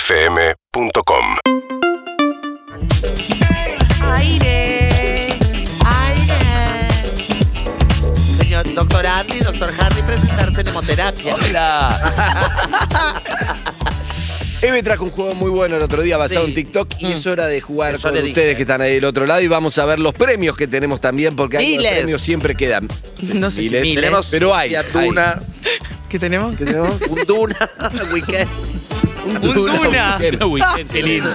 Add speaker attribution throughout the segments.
Speaker 1: UrbanaPlayFM.com
Speaker 2: Aire, aire. Señor, doctor Andy, doctor Harry, presentarse en hemoterapia.
Speaker 3: Hola. Eve trajo un juego muy bueno el otro día
Speaker 2: Sí.
Speaker 3: basado
Speaker 2: Mm.
Speaker 3: en TikTok y es hora de jugar
Speaker 2: Yo
Speaker 3: con
Speaker 2: le dije.
Speaker 3: ustedes que están ahí del otro lado y vamos a ver los premios que tenemos también porque hay
Speaker 2: Miles.
Speaker 3: premios siempre quedan.
Speaker 4: No sé si
Speaker 3: Miles.
Speaker 4: miles.
Speaker 2: Tenemos
Speaker 3: Pero hay,
Speaker 2: Sofía Tuna,
Speaker 4: ¿Qué tenemos?
Speaker 3: ¿Qué tenemos?
Speaker 2: un Duna, Weekend.
Speaker 3: Un
Speaker 4: Duna.
Speaker 5: Qué lindo.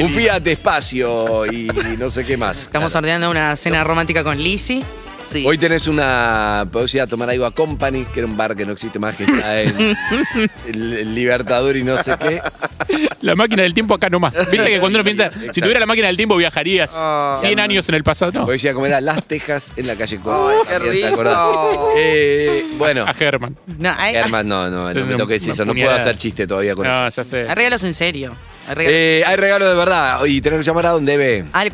Speaker 3: Un Fiat Espacio y no sé qué más.
Speaker 4: Estamos ordenando una cena romántica con Lizzie.
Speaker 2: Sí.
Speaker 3: Hoy tenés una posibilidad de tomar algo a Company, que era un bar que no existe más, que está en el Libertador y no sé qué.
Speaker 5: La máquina del tiempo acá nomás. Viste que cuando uno piensa, si tuviera la máquina del tiempo viajarías 100 años en el pasado. No,
Speaker 3: Hoy iba a comer a Las Tejas en la calle Córdoba.
Speaker 2: Ay, qué
Speaker 3: ¿Te
Speaker 2: rico.
Speaker 3: acordás? Eh, bueno,
Speaker 5: a Germán.
Speaker 4: No, ay,
Speaker 3: Germán, no, no, no me
Speaker 5: Una-
Speaker 3: toques
Speaker 5: una
Speaker 3: eso. No puedo
Speaker 5: puñalada.
Speaker 3: hacer chiste todavía con eso.
Speaker 5: No, ya sé.
Speaker 4: ay, hay regalos en serio. Hay regalos.
Speaker 3: Eh, hay regalos de verdad y tenés que llamar a donde ve.
Speaker 4: Al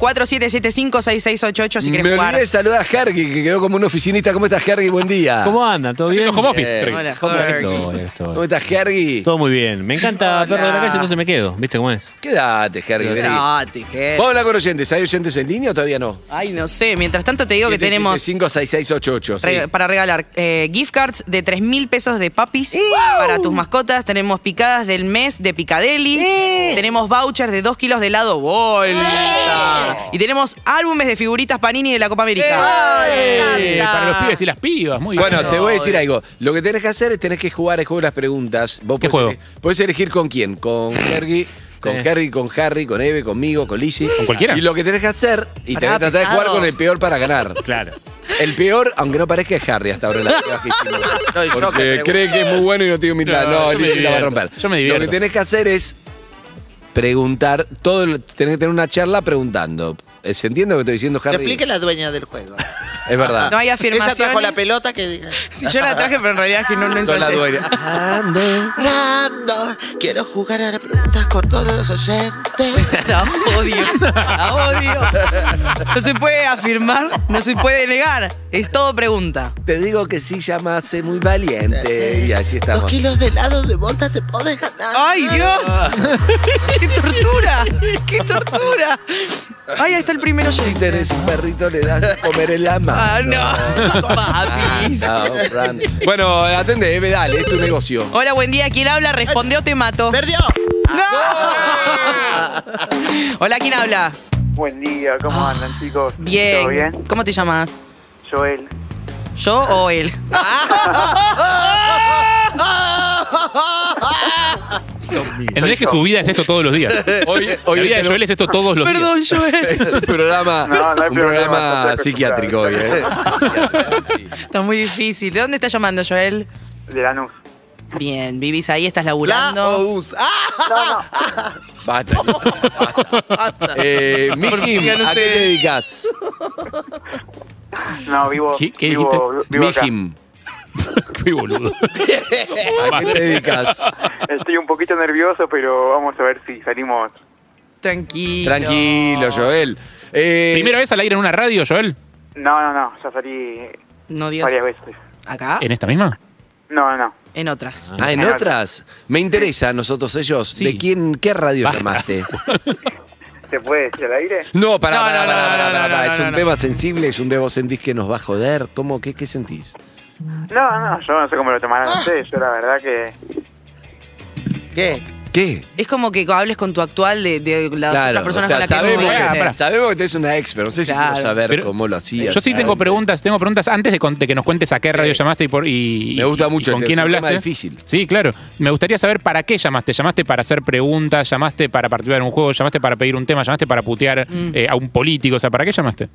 Speaker 4: 4775-6688 Ah, si
Speaker 3: me
Speaker 4: querés
Speaker 3: olvidé
Speaker 4: jugar.
Speaker 3: de saludar a Hergy, que quedó como un oficinista. ¿Cómo estás, Hergy? Buen día.
Speaker 6: ¿Cómo andan? ¿Todo bien?
Speaker 5: Haciendo home office.
Speaker 3: Eh,
Speaker 5: creo.
Speaker 4: Hola,
Speaker 3: ¿Cómo
Speaker 4: Jorge.
Speaker 6: Todo bien, todo bien.
Speaker 3: ¿Cómo estás, Hergy?
Speaker 6: Todo muy bien. Me encanta
Speaker 2: Hola.
Speaker 6: perro de la calle, entonces me quedo. ¿Viste cómo es?
Speaker 3: Quédate, Hergy. vení.
Speaker 2: No, te quedas.
Speaker 3: Vamos a hablar con oyentes. ¿Hay oyentes en línea o todavía no?
Speaker 4: Ay, no sé. Mientras tanto te digo que tenemos
Speaker 3: 5688.
Speaker 4: re- para regalar eh, gift cards de 3 mil pesos de papis para tus mascotas. Tenemos picadas del mes de Picadeli.
Speaker 3: ¡Eh!
Speaker 4: Tenemos vouchers de 2 kilos de helado Volta.
Speaker 3: ¡Eh!
Speaker 4: Y tenemos álbumes de figuritas Panini de la Copa América.
Speaker 5: Eh, para los pibes y las pibas, muy bien.
Speaker 3: Bueno, te voy a decir algo. Lo que tenés que hacer es tenés que jugar el juego de las preguntas. Vos
Speaker 5: ¿Qué
Speaker 3: podés
Speaker 5: juego? Eh.
Speaker 3: ele- podés elegir con quién, con Hergy, con Hergy, con Harry, con Eve, conmigo, con Lizzie.
Speaker 5: ¿Con cualquiera?
Speaker 3: Y lo que tenés que hacer, y tenés
Speaker 4: Pará,
Speaker 3: que tratar de jugar
Speaker 4: pesado.
Speaker 3: con el peor para ganar.
Speaker 6: Claro.
Speaker 3: El peor, aunque no parezca, es Harry hasta ahora. La prueba que hicimos.
Speaker 2: No, y yo
Speaker 3: Porque
Speaker 2: que
Speaker 3: cree que es muy bueno y no tiene humildad.
Speaker 5: No,
Speaker 3: No,
Speaker 5: yo me
Speaker 3: Lizzie la va a
Speaker 5: divierto.
Speaker 3: romper.
Speaker 5: Yo me
Speaker 3: Lo que
Speaker 5: divierto.
Speaker 3: tenés que hacer es preguntar, todo, lo- tenés que tener una charla preguntando. ¿Se entiende lo que estoy diciendo,
Speaker 2: Que
Speaker 3: Harry?
Speaker 2: explique la dueña del juego.
Speaker 3: Es verdad.
Speaker 4: No hay
Speaker 2: Ella
Speaker 4: afirmaciones.
Speaker 2: trajo la pelota que diga.
Speaker 4: Sí, yo la traje, pero en realidad es que no lo
Speaker 3: Son la
Speaker 4: ensayé.
Speaker 3: dueña.
Speaker 2: Rando, quiero jugar a las preguntas con todos los oyentes.
Speaker 4: La odio, la odio. No se puede afirmar, no se puede negar. Es todo pregunta.
Speaker 3: Te digo que sí, llamase muy valiente. Y así
Speaker 2: Dos
Speaker 3: estamos.
Speaker 2: kilos de helado de bolsa te podés ganar.
Speaker 4: ¡Ay, Dios! ¡Qué tortura! ¡Qué tortura! ¡Ay, ahí está el primero!
Speaker 3: Si tenés un perrito, le das a comer en la mano.
Speaker 4: ¡Ah, no! ¡Papis!
Speaker 3: Ah, no, Fran. bueno, atende, Eve, dale, es tu negocio.
Speaker 4: Hola, buen día. ¿Quién habla? Responde o te mato.
Speaker 2: ¡Perdió! ¡Ah!
Speaker 4: Hola, ¿quién habla?
Speaker 7: Buen día, ¿cómo andan chicos?
Speaker 4: Ah, Bien.
Speaker 7: ¿Todo bien?
Speaker 4: ¿Cómo te llamas?
Speaker 7: Joel.
Speaker 4: ¿Yo o él?
Speaker 5: Entendés que su vida es esto todos los días.
Speaker 3: Hoy,
Speaker 5: la
Speaker 3: hoy
Speaker 5: vida de
Speaker 3: tenemos-
Speaker 5: Joel es esto todos los días.
Speaker 4: Perdón, Joel.
Speaker 3: es un programa,
Speaker 7: No, no hay
Speaker 3: un
Speaker 7: problema,
Speaker 3: programa
Speaker 7: estoy
Speaker 3: psiquiátrico hoy. ¿eh? Sí.
Speaker 4: Está muy difícil. ¿De dónde estás llamando, Joel?
Speaker 7: De Lanús.
Speaker 4: Bien, vivís ahí, estás
Speaker 2: La
Speaker 4: laburando.
Speaker 2: o us. ¡Ah!
Speaker 3: Basta. Basta. Eh, Miki,
Speaker 4: Sigan
Speaker 3: ¿a qué te
Speaker 4: ustedes.
Speaker 3: dedicas?
Speaker 7: No, vivo.
Speaker 5: ¿Qué- qué
Speaker 7: vivo, vivo acá.
Speaker 3: Mijim,
Speaker 5: Qué boludo.
Speaker 3: ¿a qué te dedicas?
Speaker 7: Estoy un poquito nervioso, pero vamos a ver si salimos.
Speaker 4: Tranquilo.
Speaker 3: Tranquilo, Joel. Eh,
Speaker 5: Primera vez al aire en una radio, Joel.
Speaker 7: No, no, no, ya salí
Speaker 4: No Dios.
Speaker 7: varias veces.
Speaker 4: ¿Acá?
Speaker 5: ¿En esta misma?
Speaker 7: No, no, no.
Speaker 4: En otras.
Speaker 3: Ah, en otras. Me interesa a nosotros ellos.
Speaker 5: Sí.
Speaker 3: ¿De quién, qué radio llamaste?
Speaker 7: ¿Se puede decir al aire?
Speaker 3: No, para,
Speaker 4: No,
Speaker 3: para,
Speaker 4: no, no, no, no, no,
Speaker 3: Es un
Speaker 4: no.
Speaker 3: tema sensible, es un debo sentís que nos va a joder. ¿Cómo? ¿Qué, qué sentís?
Speaker 7: No, no, yo no sé cómo lo
Speaker 4: Ah.
Speaker 7: tomarán ustedes. Yo la verdad que.
Speaker 2: ¿Qué?
Speaker 3: ¿Qué?
Speaker 4: Es como que hables con tu actual de, de las otras personas
Speaker 3: o sea,
Speaker 4: con las que
Speaker 3: sabemos,
Speaker 4: viviste.
Speaker 3: que, sabemos que tenés una ex, pero no sé si
Speaker 4: Claro.
Speaker 3: quiero saber
Speaker 5: Pero-
Speaker 3: cómo lo hacías.
Speaker 5: Yo sí
Speaker 3: ¿sabes?
Speaker 5: tengo preguntas, tengo preguntas antes de, con- de que nos cuentes a qué radio llamaste y por y,
Speaker 3: Me gusta
Speaker 5: y- y
Speaker 3: mucho,
Speaker 5: con
Speaker 3: es
Speaker 5: quién
Speaker 3: un tema
Speaker 5: hablaste.
Speaker 3: difícil.
Speaker 5: Sí, claro. Me gustaría saber para qué llamaste. ¿Llamaste para hacer preguntas? ¿Llamaste para participar en un juego? ¿Llamaste para pedir un tema? ¿Llamaste para putear eh, a un político? O sea, ¿para qué llamaste?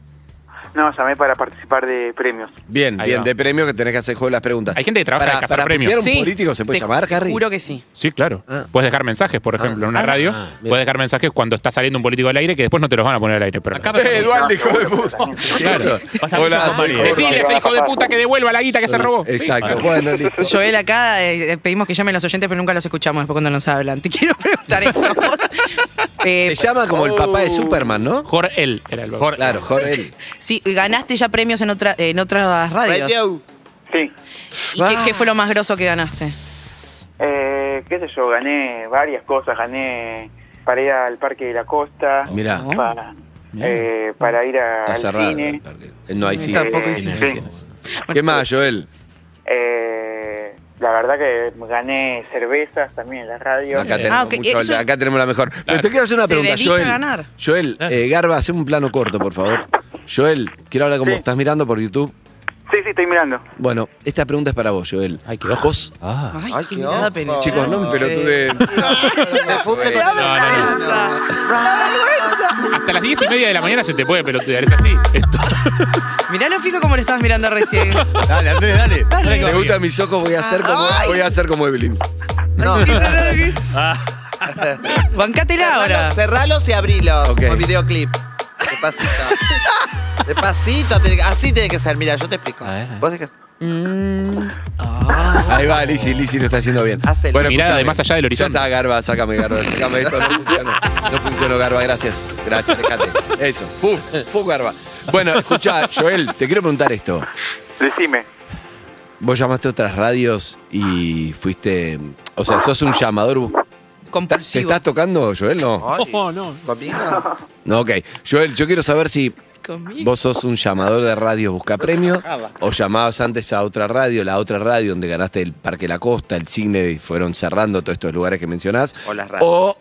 Speaker 7: No, llamé para participar de premios.
Speaker 3: Bien,
Speaker 5: Ahí
Speaker 3: bien,
Speaker 5: va.
Speaker 3: de premio que tenés que hacer juego de las preguntas.
Speaker 5: Hay gente que trabaja
Speaker 3: para,
Speaker 5: de cazar
Speaker 3: para
Speaker 5: premios.
Speaker 3: putear un
Speaker 4: Sí,
Speaker 3: político se puede
Speaker 4: te
Speaker 3: llamar, Harry?
Speaker 4: Juro que sí.
Speaker 5: Sí, claro.
Speaker 3: Ah.
Speaker 5: Puedes dejar mensajes, por ejemplo, en una radio.
Speaker 6: Ah,
Speaker 3: bien.
Speaker 5: Puedes dejar mensajes cuando está saliendo un político al aire que después no te los van a poner al aire. Pero
Speaker 6: Acá
Speaker 3: Eh, Eduardo,
Speaker 7: No,
Speaker 3: hijo de
Speaker 7: seguro que
Speaker 3: puta.
Speaker 7: también.
Speaker 3: Sí,
Speaker 5: Claro.
Speaker 3: eso.
Speaker 6: Pasa
Speaker 3: Hola,
Speaker 6: mucho con
Speaker 3: soy
Speaker 6: Mario.
Speaker 3: Jorge.
Speaker 5: Decirle a ese hijo de puta que devuelva la guita que se robó. Sí.
Speaker 3: Exacto, bueno, listo.
Speaker 4: Joel, acá eh, pedimos que llamen los oyentes, pero nunca los escuchamos después cuando nos hablan. Te quiero preguntar esto. a vos. Eh,
Speaker 3: Se llama como el papá de Superman, ¿no?
Speaker 5: Jorel era el Jorel.
Speaker 3: Claro, Jorel.
Speaker 4: si ganaste ya premios en, otra, en otras radios.
Speaker 2: Radio.
Speaker 7: Sí.
Speaker 4: ¿Y qué, qué fue lo más grosso que ganaste?
Speaker 7: Eh, qué sé yo, gané varias cosas. Gané para ir al Parque de la Costa.
Speaker 3: Mirá.
Speaker 7: Para, eh, para ir a-
Speaker 3: Está
Speaker 7: al
Speaker 3: cerrado. el
Speaker 7: cine.
Speaker 3: parque. No hay cine.
Speaker 4: Tampoco hay
Speaker 3: Eh,
Speaker 7: cine.
Speaker 3: no hay ¿Qué más, Joel?
Speaker 7: Eh, la verdad que gané cervezas también en la radio.
Speaker 3: Acá
Speaker 4: te-
Speaker 3: tenemos,
Speaker 4: Ah, ok,
Speaker 3: mucho-
Speaker 4: eso-
Speaker 3: acá tenemos la mejor. Pero te quiero hacer una
Speaker 4: Se
Speaker 3: pregunta,
Speaker 4: dedica a
Speaker 3: Joel.
Speaker 4: ganar.
Speaker 3: Joel, eh, Garba, haceme un plano corto, por favor. Joel, quiero hablar con
Speaker 7: Sí.
Speaker 3: vos. ¿Estás mirando por YouTube?
Speaker 7: Sí, sí, estoy mirando.
Speaker 3: Bueno, esta pregunta es para vos, Joel.
Speaker 5: Ay, qué
Speaker 3: ojos.
Speaker 6: Ah.
Speaker 4: Ay,
Speaker 2: Ay,
Speaker 4: qué
Speaker 2: qué
Speaker 4: mirada
Speaker 2: ojo.
Speaker 4: peluda.
Speaker 3: Chicos, no me
Speaker 4: Oh, eh.
Speaker 3: pelotude.
Speaker 2: Se funde
Speaker 4: ¡Da
Speaker 2: con el verano.
Speaker 4: vergüenza! ¡Da vergüenza!
Speaker 5: Hasta las 10 y media de la mañana se te puede pelotear, es así. Esto.
Speaker 4: Mirá lo fijo como lo estabas mirando recién.
Speaker 6: Dale, Andrés, dale.
Speaker 4: Dale.
Speaker 3: Me gustan mis ojos, voy a hacer como,
Speaker 4: Ay.
Speaker 3: voy a hacer como Evelyn.
Speaker 2: No,
Speaker 4: Bancátela ahora.
Speaker 2: cerralo, cerralos y abrilo
Speaker 3: Ok.
Speaker 2: como videoclip. Despacito. Despacito, tiene que- así tiene que ser. Mira, yo te explico.
Speaker 6: A ver, a ver.
Speaker 2: Vos dejás-
Speaker 3: Ahí va, Lizzy, Lizzy lo está haciendo bien.
Speaker 2: Hacelo.
Speaker 5: Mirada de
Speaker 3: escuchame.
Speaker 5: más allá del horizonte.
Speaker 3: Ya está, Garba, sácame, Garba, sácame eso, no funcionó. No funcionó, Garba, gracias, gracias, dejate. Eso, fu, fu, Garba. Bueno, escucha, Joel, te quiero preguntar esto.
Speaker 7: Decime.
Speaker 3: Vos llamaste a otras radios y fuiste, o sea, sos un llamador. ¿Te
Speaker 4: Compulsivo.
Speaker 3: estás tocando, Joel? No.
Speaker 6: Ah,
Speaker 2: Ay, ¿Conmigo?
Speaker 3: No, ok. Joel, yo quiero saber si
Speaker 4: Conmigo.
Speaker 3: vos sos un llamador de radios busca premio o llamabas antes a otra radio, la otra radio donde ganaste el Parque La Costa, el cine, y fueron cerrando todos estos lugares que mencionás.
Speaker 2: O las radios.
Speaker 3: O-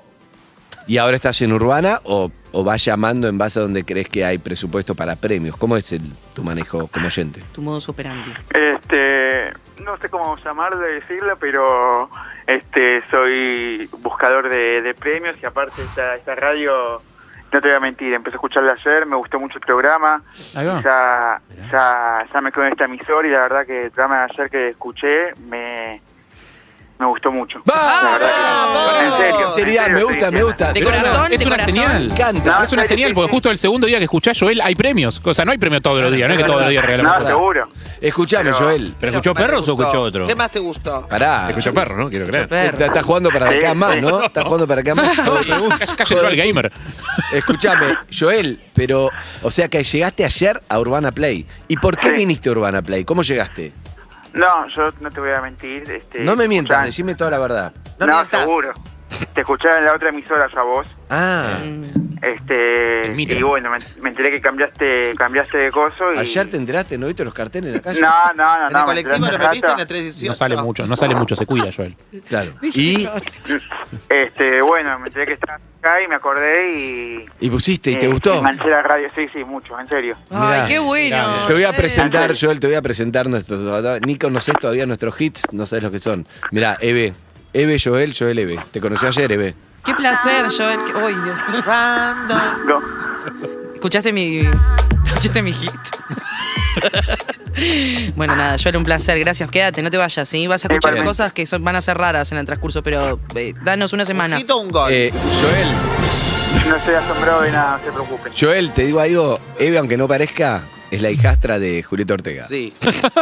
Speaker 3: y ahora estás en Urbana o, o vas llamando en base a donde crees que hay presupuesto para premios. ¿Cómo es el, tu manejo como oyente?
Speaker 4: Tu modo superandi.
Speaker 7: Este, no sé cómo llamar de decirlo, pero este soy buscador de, de premios y aparte esta, esta radio, no te voy a mentir, empecé a escucharla ayer, me gustó mucho el programa,
Speaker 5: Ahí va.
Speaker 7: ya, ya, ya me quedo en esta emisora y la verdad que el programa de ayer que escuché me, me gustó mucho. La verdad que-
Speaker 2: ¡Vamos!
Speaker 7: en serio, en
Speaker 3: Seriedad,
Speaker 7: serio
Speaker 3: me
Speaker 7: estoy
Speaker 3: gusta, me
Speaker 7: diciendo.
Speaker 3: gusta.
Speaker 4: De
Speaker 5: Pero es una-
Speaker 4: corazón,
Speaker 5: es
Speaker 4: de
Speaker 5: una
Speaker 4: corazón.
Speaker 5: señal.
Speaker 3: Me encanta.
Speaker 5: Es una señal, porque justo el segundo día que escuchás Joel hay premios. O sea, no hay premio todos los días, no es que todos los días regalan.
Speaker 7: No,
Speaker 5: premios.
Speaker 7: seguro.
Speaker 3: Escuchame,
Speaker 7: Pero-
Speaker 3: Joel.
Speaker 6: ¿Pero escuchó
Speaker 2: ¿Qué más te
Speaker 6: perros o
Speaker 2: gustó?
Speaker 6: escuchó otro?
Speaker 2: ¿Qué más te gustó?
Speaker 3: Pará.
Speaker 6: Escuchó perro, ¿no? Quiero creer.
Speaker 4: Perro.
Speaker 3: Estás estás jugando para acá más, ¿no? Estás jugando para acá más.
Speaker 5: Calle entró el gamer.
Speaker 3: Escúchame, Joel, pero, o sea que llegaste ayer a Urbana Play. ¿Y por qué
Speaker 7: Sí.
Speaker 3: viniste a Urbana Play? ¿Cómo llegaste?
Speaker 7: No, yo no te voy a mentir. Este,
Speaker 3: No me mientas,
Speaker 7: escuchá-
Speaker 3: decime toda la verdad.
Speaker 2: No
Speaker 7: No,
Speaker 2: mientas.
Speaker 7: seguro. Te escuchaba en la otra emisora yo a vos.
Speaker 3: Ah,
Speaker 7: Este,
Speaker 5: El micro.
Speaker 7: y bueno, me, me enteré que cambiaste, cambiaste de coso y...
Speaker 3: ayer te enteraste, ¿no viste los carteles en la calle?
Speaker 7: No, no, no,
Speaker 2: ¿En el
Speaker 7: no.
Speaker 2: colectivo no
Speaker 7: enteré hace
Speaker 2: me viste en la
Speaker 7: rato.
Speaker 2: 318?
Speaker 5: No sale mucho, no sale mucho, se cuida Joel.
Speaker 3: Claro. Y,
Speaker 7: Este, bueno, me enteré que estabas acá y me acordé y...
Speaker 3: y pusiste, ¿y te
Speaker 7: eh,
Speaker 3: gustó?
Speaker 7: Manché la radio, sí, sí, mucho, en serio.
Speaker 3: Mirá.
Speaker 4: Ay, qué bueno.
Speaker 3: Te voy a
Speaker 4: Eh,
Speaker 3: presentar, Joel, te voy a presentar nuestros... Ni conocés todavía nuestros hits, no sabes lo que son. Mirá, Eve. Eve, Joel, Joel, Eve. Te conocí ayer, Eve.
Speaker 4: Qué placer, Joel. Qué- Ay, Dios.
Speaker 2: Random.
Speaker 7: No,
Speaker 4: ¿Escuchaste mi. ¿Escuchaste mi hit? bueno, nada, Joel, un placer. Gracias. Quédate, no te vayas, ¿sí? Vas a escuchar
Speaker 7: Igualmente.
Speaker 4: cosas que son- van a ser raras en el transcurso, pero eh, danos una semana.
Speaker 2: Quito un gol.
Speaker 3: Eh, Joel,
Speaker 7: no estoy asombrado de nada, no se preocupen.
Speaker 3: Joel, te digo algo, Eve, aunque no parezca, es la hijastra de Julieta Ortega.
Speaker 2: Sí.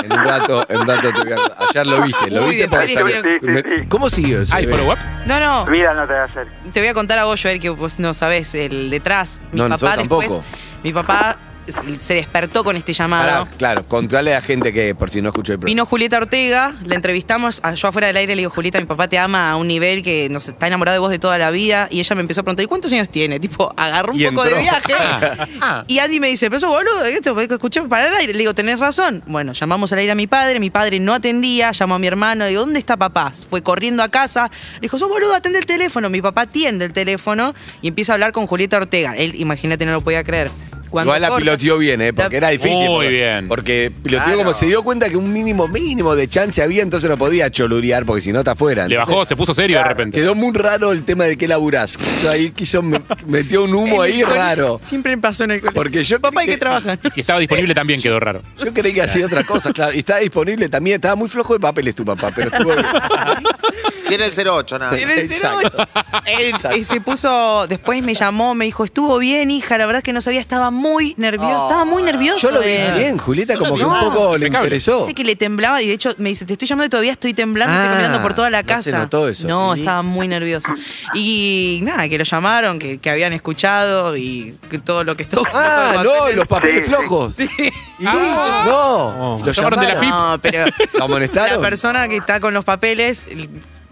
Speaker 3: En un rato, en un rato te voy a- Ayer lo viste, lo
Speaker 4: Uy,
Speaker 3: viste
Speaker 4: de
Speaker 3: porque
Speaker 4: París,
Speaker 3: salió-
Speaker 7: sí, sí,
Speaker 3: me-
Speaker 7: sí.
Speaker 3: ¿Cómo siguió eso?
Speaker 5: ¿Hay
Speaker 3: Eve?
Speaker 5: follow up?
Speaker 4: No, no.
Speaker 7: Vi la nota de ayer.
Speaker 4: Te voy a contar a vos, Joel, que vos no sabés el detrás. Mi
Speaker 3: No,
Speaker 4: papá
Speaker 3: nosotros
Speaker 4: después.
Speaker 3: tampoco.
Speaker 4: Mi papá se se despertó con este
Speaker 3: Pará,
Speaker 4: llamado.
Speaker 3: claro, contale a la gente que por si no escuchó el programa.
Speaker 4: Vino Julieta Ortega, la entrevistamos, a- yo afuera del aire le digo, Julieta, mi papá te ama a un nivel que nos está enamorado de vos de toda la vida. Y ella me empezó a preguntar, ¿y cuántos años tiene? Tipo, agarró un
Speaker 3: Y
Speaker 4: poco de
Speaker 3: entró.
Speaker 4: viaje.
Speaker 3: Ah.
Speaker 4: y Andy me dice, pero eso boludo, ¿qué te- escuché para el aire. Le digo, tenés razón. Bueno, llamamos al aire a mi padre, mi padre no atendía, llamó a mi hermano, le digo, ¿dónde está papá? Fue corriendo a casa, le dijo, sos boludo, atende el teléfono. Mi papá atiende el teléfono y empieza a hablar con Julieta Ortega. Él, imagínate, no lo podía creer. Cuando
Speaker 3: Igual la
Speaker 4: corta-
Speaker 3: piloteó bien, ¿eh? Porque
Speaker 4: La-
Speaker 3: era difícil.
Speaker 5: Muy
Speaker 3: porque-
Speaker 5: bien.
Speaker 3: Porque piloteó
Speaker 2: Claro.
Speaker 3: como se dio cuenta que un mínimo, mínimo de chance había, entonces no podía cholurear porque si no está afuera.
Speaker 5: Le
Speaker 3: Entonces,
Speaker 5: bajó, se puso serio de repente.
Speaker 3: Quedó muy raro el tema de qué laburás. Quiso ahí, quiso, me- metió un humo ahí raro.
Speaker 4: Siempre me pasó en el colegio.
Speaker 3: Porque yo
Speaker 4: Papá, ¿y
Speaker 3: creí
Speaker 4: qué trabajan?
Speaker 5: Si estaba disponible también quedó raro.
Speaker 3: Yo creí que hacía otra cosa, claro. Y estaba disponible también. Estaba muy flojo de papeles tu papá, pero estuvo bien.
Speaker 2: Tiene el 08, nada.
Speaker 4: Tiene el cero
Speaker 3: Exacto.
Speaker 4: ocho. Él-
Speaker 3: Exacto.
Speaker 4: eh, se puso, después me llamó, me dijo, estuvo bien, hija, la verdad es que no sabía, estaba muy nervioso, estaba muy nervioso.
Speaker 3: Ah, Yo lo vi
Speaker 4: él.
Speaker 3: bien, Julieta, como que un
Speaker 4: No.
Speaker 3: poco le
Speaker 5: Impecable.
Speaker 3: interesó.
Speaker 4: Dice que le temblaba y de hecho me dice, te estoy llamando y todavía estoy temblando,
Speaker 3: Ah,
Speaker 4: estoy caminando por toda la
Speaker 3: no
Speaker 4: casa.
Speaker 3: se notó eso.
Speaker 4: No,
Speaker 3: Y-
Speaker 4: estaba muy nervioso. Y nada, que lo llamaron, que, que habían escuchado y que todo lo que estuvo.
Speaker 3: Ah, no, los papeles
Speaker 7: Sí,
Speaker 3: flojos. ¿Y? No,
Speaker 5: Oh.
Speaker 3: lo
Speaker 5: Llamaron de la
Speaker 3: llamaron.
Speaker 4: No, pero
Speaker 3: ¿Lo amonestaron?
Speaker 4: la persona que está con los papeles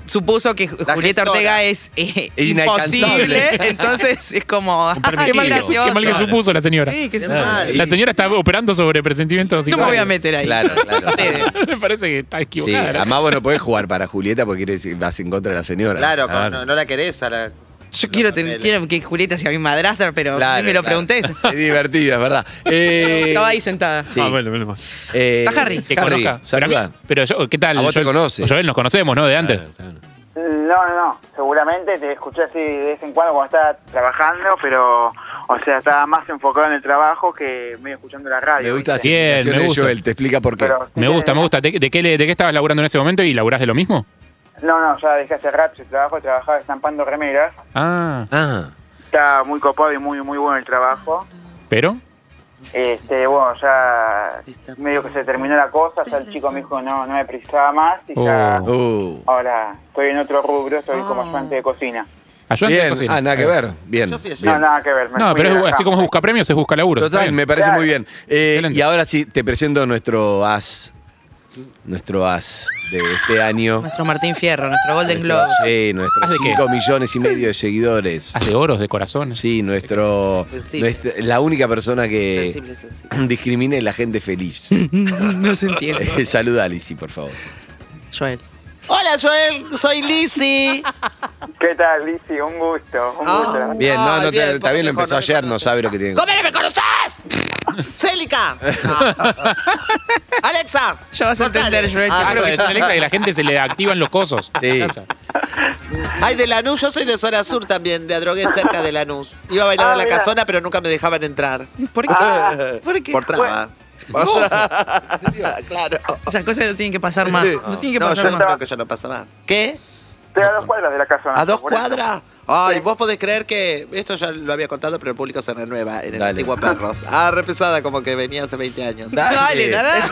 Speaker 4: supuso que Ju-
Speaker 2: La
Speaker 4: Julieta
Speaker 2: gestora.
Speaker 4: Ortega es eh,
Speaker 3: Es
Speaker 4: imposible.
Speaker 3: inalcanzable.
Speaker 4: Entonces es como.
Speaker 6: Un
Speaker 4: ah,
Speaker 6: permitido.
Speaker 4: qué
Speaker 5: Qué mal que-
Speaker 4: gracioso.
Speaker 5: qué mal que supuso la señora.
Speaker 4: Sí, que
Speaker 2: Qué
Speaker 4: sí.
Speaker 2: mal.
Speaker 5: La señora está operando sobre presentimientos.
Speaker 4: No me voy a
Speaker 5: iguales.
Speaker 4: meter ahí.
Speaker 3: Claro, claro.
Speaker 4: Sí.
Speaker 5: me parece que está
Speaker 3: Sí,
Speaker 5: equivocada. la
Speaker 3: además vos no podés jugar para Julieta porque quiere decir vas en contra de la señora.
Speaker 2: Claro, con-
Speaker 6: Claro.
Speaker 2: No, no la querés a la.
Speaker 4: Yo quiero, ten-
Speaker 2: papeles.
Speaker 4: quiero que Julieta sea mi madrastra, pero
Speaker 3: Claro,
Speaker 4: ni me lo
Speaker 3: claro.
Speaker 4: preguntes.
Speaker 3: Es divertido, es verdad. Eh,
Speaker 4: Estaba ahí sentada.
Speaker 3: sí.
Speaker 6: Ah, bueno, menos mal.
Speaker 3: Eh,
Speaker 4: Está Harry.
Speaker 5: Que conozca. Pero, a
Speaker 3: saluda.
Speaker 5: mí- pero yo, ¿qué tal?
Speaker 3: A vos te
Speaker 5: Joel?
Speaker 3: conoce.
Speaker 5: Joel, nos conocemos, ¿no? De antes.
Speaker 7: No, no, no. Seguramente te escuché así de vez en cuando cuando estaba trabajando, pero, o sea, estaba más enfocado en el trabajo que medio escuchando la radio.
Speaker 3: Me gusta
Speaker 7: ¿viste?
Speaker 3: así.
Speaker 5: Bien, me gusta.
Speaker 3: Joel, te explica por qué.
Speaker 7: Pero sí
Speaker 5: Me
Speaker 7: que-
Speaker 5: gusta, me gusta. ¿De, de qué, le- de qué estabas laburando en ese momento y laburás de lo mismo?
Speaker 7: No, no, ya dejé hace rato el trabajo, trabajaba estampando remeras.
Speaker 5: Ah,
Speaker 3: ah,
Speaker 7: Está muy copado y muy, muy bueno el trabajo.
Speaker 5: pero.
Speaker 7: Este, bueno, ya medio que se terminó la cosa, ya el chico me dijo no, no me precisaba más y ya
Speaker 5: Oh.
Speaker 3: uh,
Speaker 7: ahora estoy en otro rubro, estoy
Speaker 2: Oh.
Speaker 7: como ayudante de cocina.
Speaker 5: Ayudante de
Speaker 3: bien,
Speaker 5: cocina. Eh,
Speaker 3: ah, nada que ver. Bien.
Speaker 2: Yo fui ayer.
Speaker 3: bien.
Speaker 7: No, nada que ver. me
Speaker 5: No,
Speaker 7: fui
Speaker 5: pero
Speaker 7: de
Speaker 5: es,
Speaker 7: la
Speaker 5: así como
Speaker 7: cama.
Speaker 5: es busca premios, es busca laburo. está
Speaker 3: Total,
Speaker 5: bien.
Speaker 3: me parece
Speaker 7: Claro.
Speaker 3: muy bien. Eh,
Speaker 5: Excelente.
Speaker 3: y ahora sí, te presento nuestro as. Nuestro as de este año.
Speaker 4: Nuestro Martín Fierro, nuestro Golden
Speaker 3: Nuestro-
Speaker 4: Globe.
Speaker 3: Sí, nuestros
Speaker 5: ¿As de qué?
Speaker 3: 5 millones y medio de seguidores.
Speaker 5: Hace oros de corazón.
Speaker 3: Sí, nuestro,
Speaker 2: Sensible.
Speaker 3: nuestra- la única persona que
Speaker 2: Sensible, sensible.
Speaker 3: discrimina es la gente feliz.
Speaker 4: no se entiende.
Speaker 3: Eh, Saluda a Lizzy, por favor.
Speaker 4: Joel.
Speaker 2: Hola, Joel, soy Lizzy.
Speaker 7: ¿Qué tal, Lizzy? Un gusto, un
Speaker 2: Ah.
Speaker 7: gusto.
Speaker 3: Bien, no,
Speaker 2: Ay,
Speaker 3: no,
Speaker 2: bien,
Speaker 3: te- también lo
Speaker 2: porque
Speaker 3: empezó
Speaker 2: no me
Speaker 3: ayer, no
Speaker 2: conoce.
Speaker 3: sabe lo que tiene.
Speaker 2: ¡Cómo no me conoces! ¡Célica! Ah. Alexa.
Speaker 4: Ya vas a
Speaker 2: cortale.
Speaker 4: entender, Joel, te
Speaker 2: Ah,
Speaker 5: Claro que
Speaker 2: bueno.
Speaker 5: es una letra que la gente se le activan los cosos.
Speaker 3: Sí.
Speaker 2: Ay, de Lanús, yo soy de zona sur también, de Adrogué cerca de Lanús. Iba a bailar
Speaker 7: Ah,
Speaker 2: a la
Speaker 7: mira.
Speaker 2: casona, pero nunca me dejaban entrar.
Speaker 4: ¿Por qué? ¿Por qué?
Speaker 2: Por trama. claro.
Speaker 4: Esas cosas no tienen que pasar más. No tienen que
Speaker 2: No,
Speaker 4: pasar
Speaker 2: yo no
Speaker 4: más.
Speaker 2: creo que yo no pasa más. ¿Qué?
Speaker 7: Estoy a dos cuadras de la casa.
Speaker 2: ¿A dos
Speaker 7: por eso.
Speaker 2: cuadras? Ay, vos podés creer que. Esto ya lo había contado, pero el público se renueva en el
Speaker 3: Dale.
Speaker 2: antiguo Perros. Ah, repesada, como que venía hace 20 años.
Speaker 4: Dale, nada.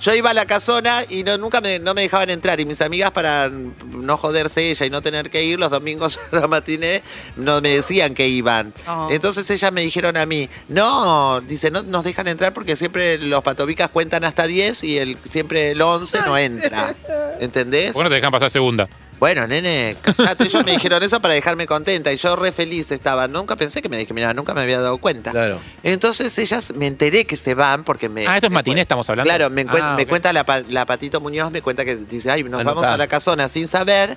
Speaker 2: Yo iba a la casona y no, nunca me, no me dejaban entrar. Y mis amigas, para no joderse ella y no tener que ir, los domingos a la matiné no me decían que iban.
Speaker 4: Oh.
Speaker 2: Entonces ellas me dijeron a mí, no, dice, no nos dejan entrar porque siempre los patobicas cuentan hasta 10 y el, siempre el 11 no entra. ¿Entendés?
Speaker 5: Vos no te dejan pasar segunda.
Speaker 2: Bueno, nene, callate. Ellos me dijeron eso para dejarme contenta y yo re feliz estaba. Nunca pensé que me discriminaban, nunca me había dado cuenta.
Speaker 3: Claro.
Speaker 2: Entonces ellas me enteré que se van porque me.
Speaker 5: Ah, esto es
Speaker 2: me
Speaker 5: matiné,
Speaker 2: cuen-
Speaker 5: estamos hablando.
Speaker 2: Claro, me, cuen-
Speaker 5: Ah,
Speaker 2: me
Speaker 5: ok.
Speaker 2: cuenta la, pa- la Patito Muñoz, me cuenta que dice, ay, nos
Speaker 3: Anotá.
Speaker 2: vamos a la casona sin saber.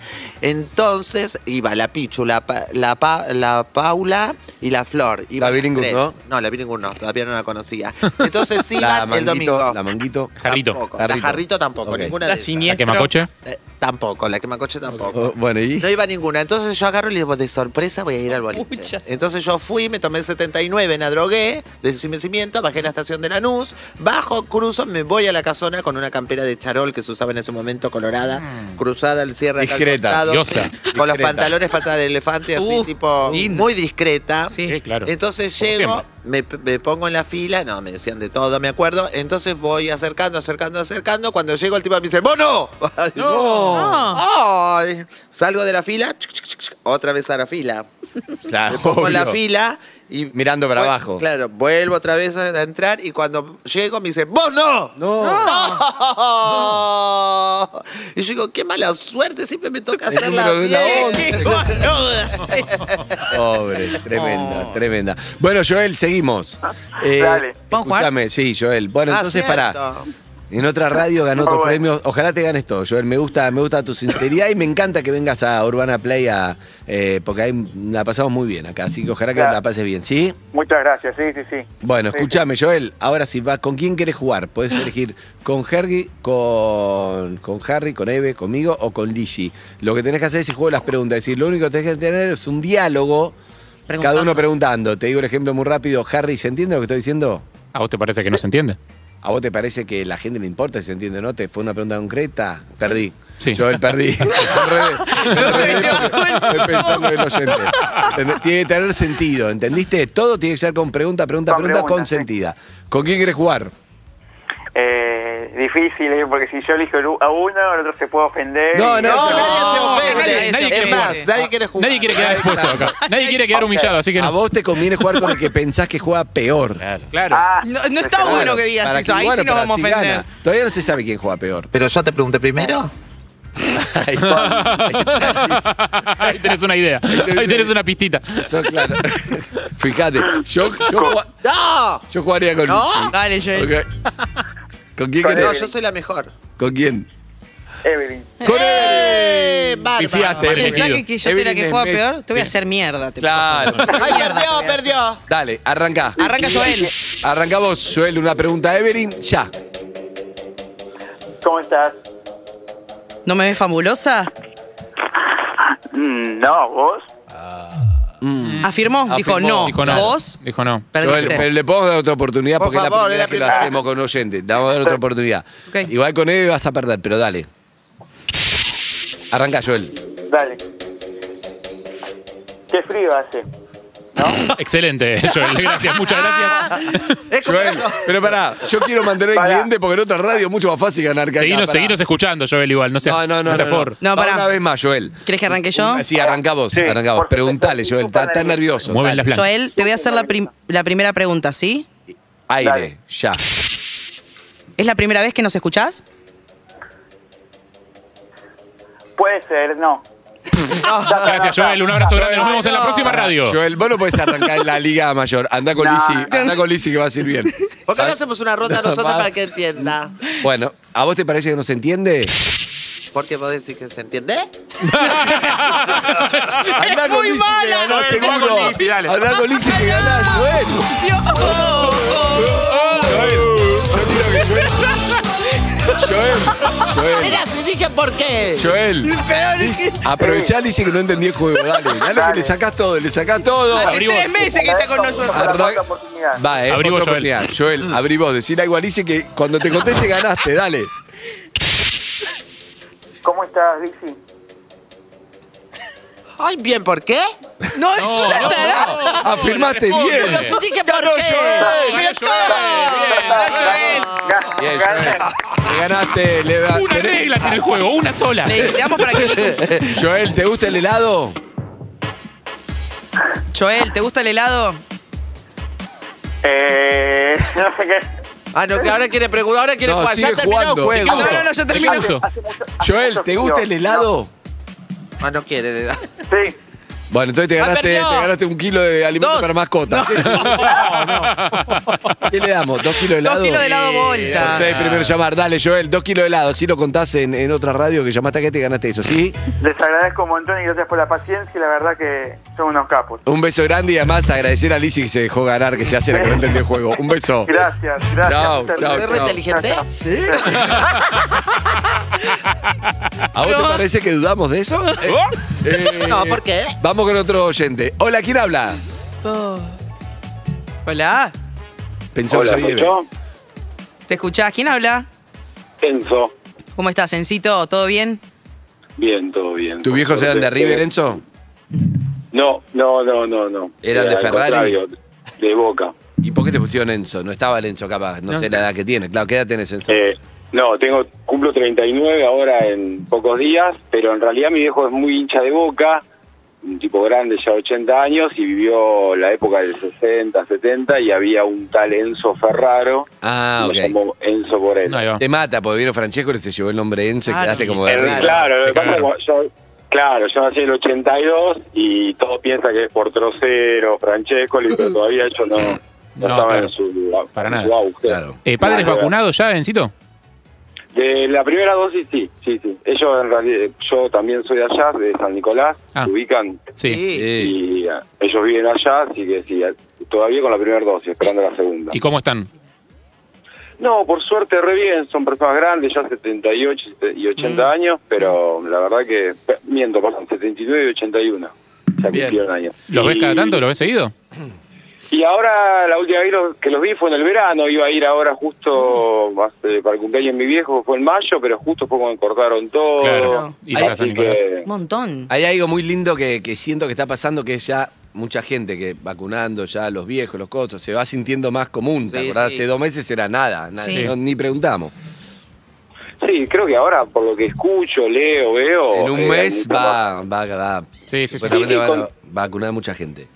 Speaker 2: Entonces iba la Pichu, la, Pa- la, Pa- la Paula y la Flor. Iban
Speaker 3: La Biringus,
Speaker 2: las tres.
Speaker 3: ¿no?
Speaker 2: No, la Biringus no, todavía no la conocía. Entonces
Speaker 3: La
Speaker 2: iban el
Speaker 3: manguito,
Speaker 2: domingo.
Speaker 3: la manguito.
Speaker 5: Jarrito.
Speaker 2: Tampoco. La
Speaker 3: Jarrito.
Speaker 2: Jarrito tampoco,
Speaker 3: Ok.
Speaker 2: ninguna de
Speaker 4: La
Speaker 2: esas.
Speaker 5: ¿La
Speaker 4: siniestra.
Speaker 5: quemacoche?
Speaker 2: Eh, tampoco, la quemacoche tampoco.
Speaker 3: Oh, bueno, y
Speaker 2: No iba a ninguna. Entonces yo agarro y le digo, de sorpresa voy a ir al boliche.
Speaker 4: Muchas.
Speaker 2: Entonces yo fui, me tomé el 79 en Adrogué, de cimiento, bajé a la estación de Lanús, bajo, cruzo, me voy a la casona con una campera de charol que se usaba en ese momento, colorada, cruzada, el cierre acá al
Speaker 3: Discreta,
Speaker 2: costado,
Speaker 5: diosa,
Speaker 2: Con los
Speaker 3: discreta.
Speaker 2: pantalones patas de elefante, así,
Speaker 4: Uf,
Speaker 2: tipo,
Speaker 4: linda.
Speaker 2: muy discreta.
Speaker 4: Sí.
Speaker 5: Sí, claro.
Speaker 2: Entonces
Speaker 5: Como
Speaker 2: llego,
Speaker 5: siempre.
Speaker 2: me, me pongo en la fila, no, me decían de todo, me acuerdo. Entonces voy acercando, acercando, acercando. Cuando llego, el tipo me dice, ¡Mono!
Speaker 4: No.
Speaker 2: ¡Ay! Salgo de la fila, chic, chic, chic, chic, otra vez a la fila.
Speaker 3: Claro,
Speaker 2: Me pongo en la
Speaker 3: Ah, obvio.
Speaker 2: fila y.
Speaker 3: Mirando para
Speaker 2: Vuel-
Speaker 3: abajo.
Speaker 2: Claro, vuelvo otra vez a entrar y cuando llego me dice, ¡Vos no!
Speaker 3: No.
Speaker 2: ¡No! Y yo digo, qué mala suerte, siempre me toca
Speaker 3: El
Speaker 2: hacer la
Speaker 3: número de la
Speaker 2: bien".
Speaker 4: ¡Qué boluda!
Speaker 3: Pobre, tremenda, tremenda. Bueno, Joel, seguimos. Eh,
Speaker 7: Dale.
Speaker 4: ¿Vamos a jugar?
Speaker 3: escúchame, sí, Joel. Bueno,
Speaker 2: Ah,
Speaker 3: entonces pará.
Speaker 2: cierto.
Speaker 3: En otra radio ganó
Speaker 7: Ah,
Speaker 3: otros
Speaker 7: bueno.
Speaker 3: premios. Ojalá te ganes todo, Joel. Me gusta, me gusta tu sinceridad y me encanta que vengas a Urbana Play a, eh, porque ahí la pasamos muy bien acá. Así que ojalá que
Speaker 7: Claro.
Speaker 3: la pases bien, ¿sí?
Speaker 7: Muchas gracias, sí, sí, sí.
Speaker 3: Bueno,
Speaker 7: Sí,
Speaker 3: escúchame, Joel. Ahora sí, vas, ¿con quién quieres jugar? Puedes elegir con Harry, con, con Harry, con Eve, conmigo o con Lizzie. Lo que tenés que hacer es el juego de las preguntas. Es decir, lo único que tenés que tener es un diálogo. Cada uno preguntando. Te digo el ejemplo muy rápido. Harry, ¿se entiende lo que estoy diciendo?
Speaker 5: ¿A vos te parece que no se entiende?
Speaker 3: ¿A vos te parece que la gente le importa si se entiende o no? ¿Te fue una pregunta concreta? Perdí.
Speaker 5: Sí.
Speaker 3: Yo el perdí. Al revés. Al revés. Estoy pensando en el oyente. Entend- Tiene que tener sentido, ¿entendiste? Todo tiene que ser con pregunta, pregunta,
Speaker 7: Con
Speaker 3: pregunta,
Speaker 7: pregunta,
Speaker 3: con
Speaker 7: sí.
Speaker 3: sentida. ¿Con quién querés jugar?
Speaker 7: Eh, difícil, eh, porque si yo elijo el u- a uno, el otro se puede ofender.
Speaker 3: No,
Speaker 7: Y-
Speaker 2: No,
Speaker 3: No,
Speaker 2: nadie se ofende.
Speaker 5: nadie- nadie quiere
Speaker 2: es más,
Speaker 4: jugar.
Speaker 2: nadie quiere jugar.
Speaker 5: Nadie quiere quedar expuesto acá. Nadie quiere quedar humillado, así que
Speaker 3: A
Speaker 5: no.
Speaker 3: vos te conviene jugar con el que pensás que juega peor. Claro.
Speaker 5: Claro.
Speaker 7: Ah,
Speaker 4: No, no está bueno que digas
Speaker 3: Para
Speaker 4: eso, ahí
Speaker 3: bueno,
Speaker 4: sí nos
Speaker 3: para
Speaker 4: vamos a
Speaker 3: si
Speaker 4: ofender.
Speaker 3: gana. Todavía no se sabe quién juega peor.
Speaker 2: Pero yo te pregunté primero.
Speaker 3: Ahí va.
Speaker 5: Ahí tenés una idea. Ahí tenés una pistita.
Speaker 3: Eso, claro. Fíjate, yo, yo, jugá-
Speaker 2: ¡No!
Speaker 3: yo jugaría con
Speaker 2: ¿No?
Speaker 3: Lucy.
Speaker 4: Dale, Joel.
Speaker 3: Ok. ¿Con quién
Speaker 7: Con
Speaker 3: querés?
Speaker 2: No, yo soy la mejor.
Speaker 3: ¿Con quién?
Speaker 7: Evelyn.
Speaker 3: ¡Con
Speaker 2: ¡Eh! ¡Bárbara!
Speaker 3: Pifiaste,
Speaker 5: Evelyn.
Speaker 4: ¿Pensás que,
Speaker 3: metido.
Speaker 4: que yo soy la
Speaker 3: Evelyn
Speaker 4: que juega
Speaker 3: Smith.
Speaker 4: peor? Te voy a hacer mierda. te
Speaker 3: Claro.
Speaker 2: ¡Ay, perdió, perdió!
Speaker 3: Dale, arrancá.
Speaker 4: pongo. Arranca Joel.
Speaker 3: Arrancá vos, Joel, una pregunta a Evelyn, ya.
Speaker 7: ¿Cómo estás?
Speaker 4: ¿No me ves fabulosa?
Speaker 7: Mm, No, vos.
Speaker 4: Afirmó. Dijo
Speaker 3: Mm. Afirmó.
Speaker 4: no.
Speaker 5: Dijo no.
Speaker 4: ¿Vos?
Speaker 5: Dijo no.
Speaker 3: Joel,
Speaker 4: Perdiste.
Speaker 3: pero le podemos dar otra oportunidad
Speaker 2: Por
Speaker 3: porque
Speaker 2: favor,
Speaker 3: es
Speaker 2: es la
Speaker 3: la primera que lo
Speaker 2: primera.
Speaker 3: hacemos con oyente. Le vamos a dar otra oportunidad.
Speaker 4: Ok.
Speaker 3: Igual con Eve vas a perder, pero dale. Arranca, Joel.
Speaker 7: Dale. Qué frío hace.
Speaker 5: Excelente, Joel. Gracias, muchas gracias.
Speaker 2: Es como-
Speaker 3: Joel, pero pará, yo quiero mantener el
Speaker 7: Pará.
Speaker 3: cliente porque en otra radio es mucho más fácil ganar que acá,
Speaker 5: Seguinos,
Speaker 3: pará.
Speaker 5: seguinos escuchando, Joel, igual. No seas,
Speaker 3: No, no, no.
Speaker 5: seas
Speaker 3: No, no.
Speaker 5: forro.
Speaker 4: No,
Speaker 3: Va
Speaker 4: pará.
Speaker 3: Una vez más, Joel.
Speaker 4: ¿Querés que arranque yo?
Speaker 3: Sí, arranca vos,
Speaker 7: Sí,
Speaker 3: arranca vos.
Speaker 7: porque
Speaker 3: Preguntale,
Speaker 7: estoy
Speaker 3: Joel. Está, está
Speaker 7: súper nervioso.
Speaker 3: nervioso.
Speaker 5: Mueven las
Speaker 3: Dale.
Speaker 5: blancas.
Speaker 4: Joel, te voy a hacer la, prim- la primera pregunta, ¿sí?
Speaker 3: Aire,
Speaker 7: Dale.
Speaker 3: ya.
Speaker 4: ¿Es la primera vez que nos escuchás?
Speaker 7: Puede ser, no.
Speaker 5: Gracias, Joel. Un abrazo grande. Nos vemos en la próxima radio.
Speaker 3: Joel, vos no podés arrancar en la Liga Mayor. Anda con
Speaker 7: No.
Speaker 3: Lisi, anda con Lisi que va a ir bien.
Speaker 2: ¿Por qué no hacemos una ronda nosotros
Speaker 3: Va.
Speaker 2: para que entienda?
Speaker 3: Bueno, ¿a vos te parece que no se entiende?
Speaker 2: Porque vos decís que se entiende.
Speaker 3: Andá con Lisi que ganás
Speaker 5: Joel, va con
Speaker 3: seguro.
Speaker 5: Lisi, dale.
Speaker 3: Andá con Lisi que ganás, Joel. Yo quiero que Joel. Joel,
Speaker 2: Mira, si dije por qué.
Speaker 3: Joel. Joel. Lisi, aprovechá, Lisi, que no entendí el juego. Dale, dale que
Speaker 7: Dale.
Speaker 3: le sacás todo, le sacás todo.
Speaker 4: Hace
Speaker 5: Abrí vos.
Speaker 4: tres meses que está con nosotros.
Speaker 7: Para
Speaker 3: Arran-
Speaker 7: otra oportunidad.
Speaker 3: Va, eh,
Speaker 5: Abrí
Speaker 3: otra
Speaker 5: vos, Joel.
Speaker 3: oportunidad. Joel, abrí vos. Decirle a Igualice que cuando te conteste ganaste, dale.
Speaker 7: ¿Cómo estás, Lizzy?
Speaker 2: Ay, bien, ¿por qué?
Speaker 4: No, es una
Speaker 5: no,
Speaker 4: tarada.
Speaker 5: no.
Speaker 3: Afirmaste
Speaker 5: responde.
Speaker 3: bien.
Speaker 2: Pero si dije por
Speaker 3: Ganó
Speaker 2: qué.
Speaker 3: Joel. Mira,
Speaker 5: Joel,
Speaker 3: Bien, Joel. Te ganaste, le va-
Speaker 5: bien. Una
Speaker 3: ¿Querés-
Speaker 5: regla tiene el juego, una sola.
Speaker 4: Le le damos para que.
Speaker 3: Joel, ¿te gusta el helado?
Speaker 4: Joel, ¿te gusta el helado?
Speaker 7: Eh, no sé qué.
Speaker 2: Ah, no, que ahora quiere preguntar, ahora quiere
Speaker 3: No,
Speaker 2: jugar. Ya
Speaker 3: sigue
Speaker 2: terminó el
Speaker 3: jugando.
Speaker 2: juego.
Speaker 4: No, no, no, ya terminó.
Speaker 5: Exacto.
Speaker 7: Hace mucho- hace
Speaker 3: Joel,
Speaker 7: mucho
Speaker 3: ¿te
Speaker 7: frío.
Speaker 3: gusta el helado?
Speaker 2: Ah, no quiere.
Speaker 7: No, Sí.
Speaker 3: Bueno, entonces te
Speaker 2: Ah,
Speaker 3: ganaste,
Speaker 2: perdió.
Speaker 3: te ganaste un kilo de alimento
Speaker 4: Dos.
Speaker 3: para mascotas. ¿Qué le damos? ¿Dos kilos de helado?
Speaker 4: Dos kilos de helado volta.
Speaker 3: Entonces, primero llamar. Dale, Joel, dos kilos de helado. Si lo contás en, en otra radio que llamaste acá, te ganaste eso, ¿sí?
Speaker 7: Les agradezco un montón y gracias por la paciencia y la verdad que son unos capos.
Speaker 3: Un beso grande y además agradecer a Lizzy que se dejó ganar, que se hace la que no entendió el juego. Un beso.
Speaker 7: Gracias, gracias.
Speaker 3: Chau,
Speaker 7: Muchas
Speaker 3: chau,
Speaker 2: ¿Es
Speaker 7: gracias.
Speaker 2: re
Speaker 3: chau.
Speaker 2: inteligente? Sí.
Speaker 3: ¿A vos te parece que dudamos de eso? Eh, eh,
Speaker 2: No, ¿por qué?
Speaker 3: Vamos con otro oyente. Hola, ¿quién habla?
Speaker 4: Hola,
Speaker 3: Pensamos que sabía.
Speaker 4: ¿te escuchás? ¿Quién habla?
Speaker 8: Enzo.
Speaker 4: ¿Cómo estás, Encito? ¿Todo bien?
Speaker 8: Bien, todo bien.
Speaker 3: ¿Tus viejos eran de River,
Speaker 8: Eh,
Speaker 3: Enzo?
Speaker 8: No, no, no, no, no.
Speaker 3: ¿Eran de
Speaker 8: al
Speaker 3: Ferrari?
Speaker 8: contrario, De Boca.
Speaker 3: ¿Y por qué te pusieron Enzo? No estaba el Enzo capaz, no, sé la edad que tiene. Claro, ¿qué edad tenés, Enzo?
Speaker 8: Eh, no, tengo cumplo 39 ahora en pocos días, pero en realidad mi viejo es muy hincha de Boca, un tipo grande ya 80 años y vivió la época del 60, 70 y había un tal Enzo Ferraro.
Speaker 3: Ah,
Speaker 8: y
Speaker 3: ok.
Speaker 8: Lo llamó Enzo por él.
Speaker 5: Ahí va.
Speaker 3: Te mata, porque vino Francesco y se llevó el nombre Enzo y
Speaker 4: Claro.
Speaker 3: quedaste como de
Speaker 8: El-
Speaker 3: River.
Speaker 8: claro, lo
Speaker 5: Te
Speaker 8: que pasa es
Speaker 5: cagaron.
Speaker 8: que yo, claro, yo nací en el 82 y todos piensan que es por trocero, Francesco, pero todavía yo no, no
Speaker 5: No,
Speaker 8: estaba
Speaker 5: claro.
Speaker 8: en su,
Speaker 5: Para
Speaker 8: en
Speaker 5: nada.
Speaker 8: su auge.
Speaker 3: Claro.
Speaker 5: Eh, ¿Padres
Speaker 8: Nada que ver.
Speaker 5: vacunados ya, Bencito?
Speaker 8: De la primera dosis, sí, sí, sí. Ellos en realidad, yo también soy de allá, de San Nicolás,
Speaker 5: Ah.
Speaker 8: se ubican
Speaker 5: Sí.
Speaker 3: Sí.
Speaker 8: y ah, ellos viven allá, así que sí, ah, todavía con la primera dosis, esperando la segunda.
Speaker 5: ¿Y cómo están?
Speaker 8: No, por suerte, re bien, son personas grandes, ya 78 y
Speaker 5: Mm,
Speaker 8: 80 años, pero la verdad que, miento, perdón, 79 y 81. Ya
Speaker 3: Bien.
Speaker 8: cumplieron años.
Speaker 5: ¿Los ves
Speaker 8: Y-
Speaker 5: cada tanto? ¿Los ves seguido?
Speaker 8: Y ahora, la última vez lo- que los vi fue en el verano, iba a ir ahora justo
Speaker 5: Mm.
Speaker 8: hace- para el cumpleaños de mi viejo, fue en mayo, pero justo fue cuando cortaron todo.
Speaker 5: Claro. Y
Speaker 8: Así
Speaker 5: para San Nicolás.
Speaker 8: que-
Speaker 4: Un montón.
Speaker 3: Hay algo muy lindo que, que siento que está pasando, que es ya mucha gente que vacunando ya los viejos, los cosas, se va sintiendo más común. ¿te
Speaker 2: Sí,
Speaker 3: acordás?
Speaker 2: sí.
Speaker 3: Hace dos meses era nada, nada,
Speaker 4: Sí.
Speaker 3: no- ni preguntamos.
Speaker 8: Sí, creo que ahora, por lo que escucho, leo, veo...
Speaker 3: En un
Speaker 8: eh,
Speaker 3: mes
Speaker 8: mucho más.
Speaker 3: va, va, va,
Speaker 5: Sí, sí, sí.
Speaker 3: seguramente
Speaker 8: Sí,
Speaker 3: van a
Speaker 8: con-
Speaker 3: vacunar mucha gente.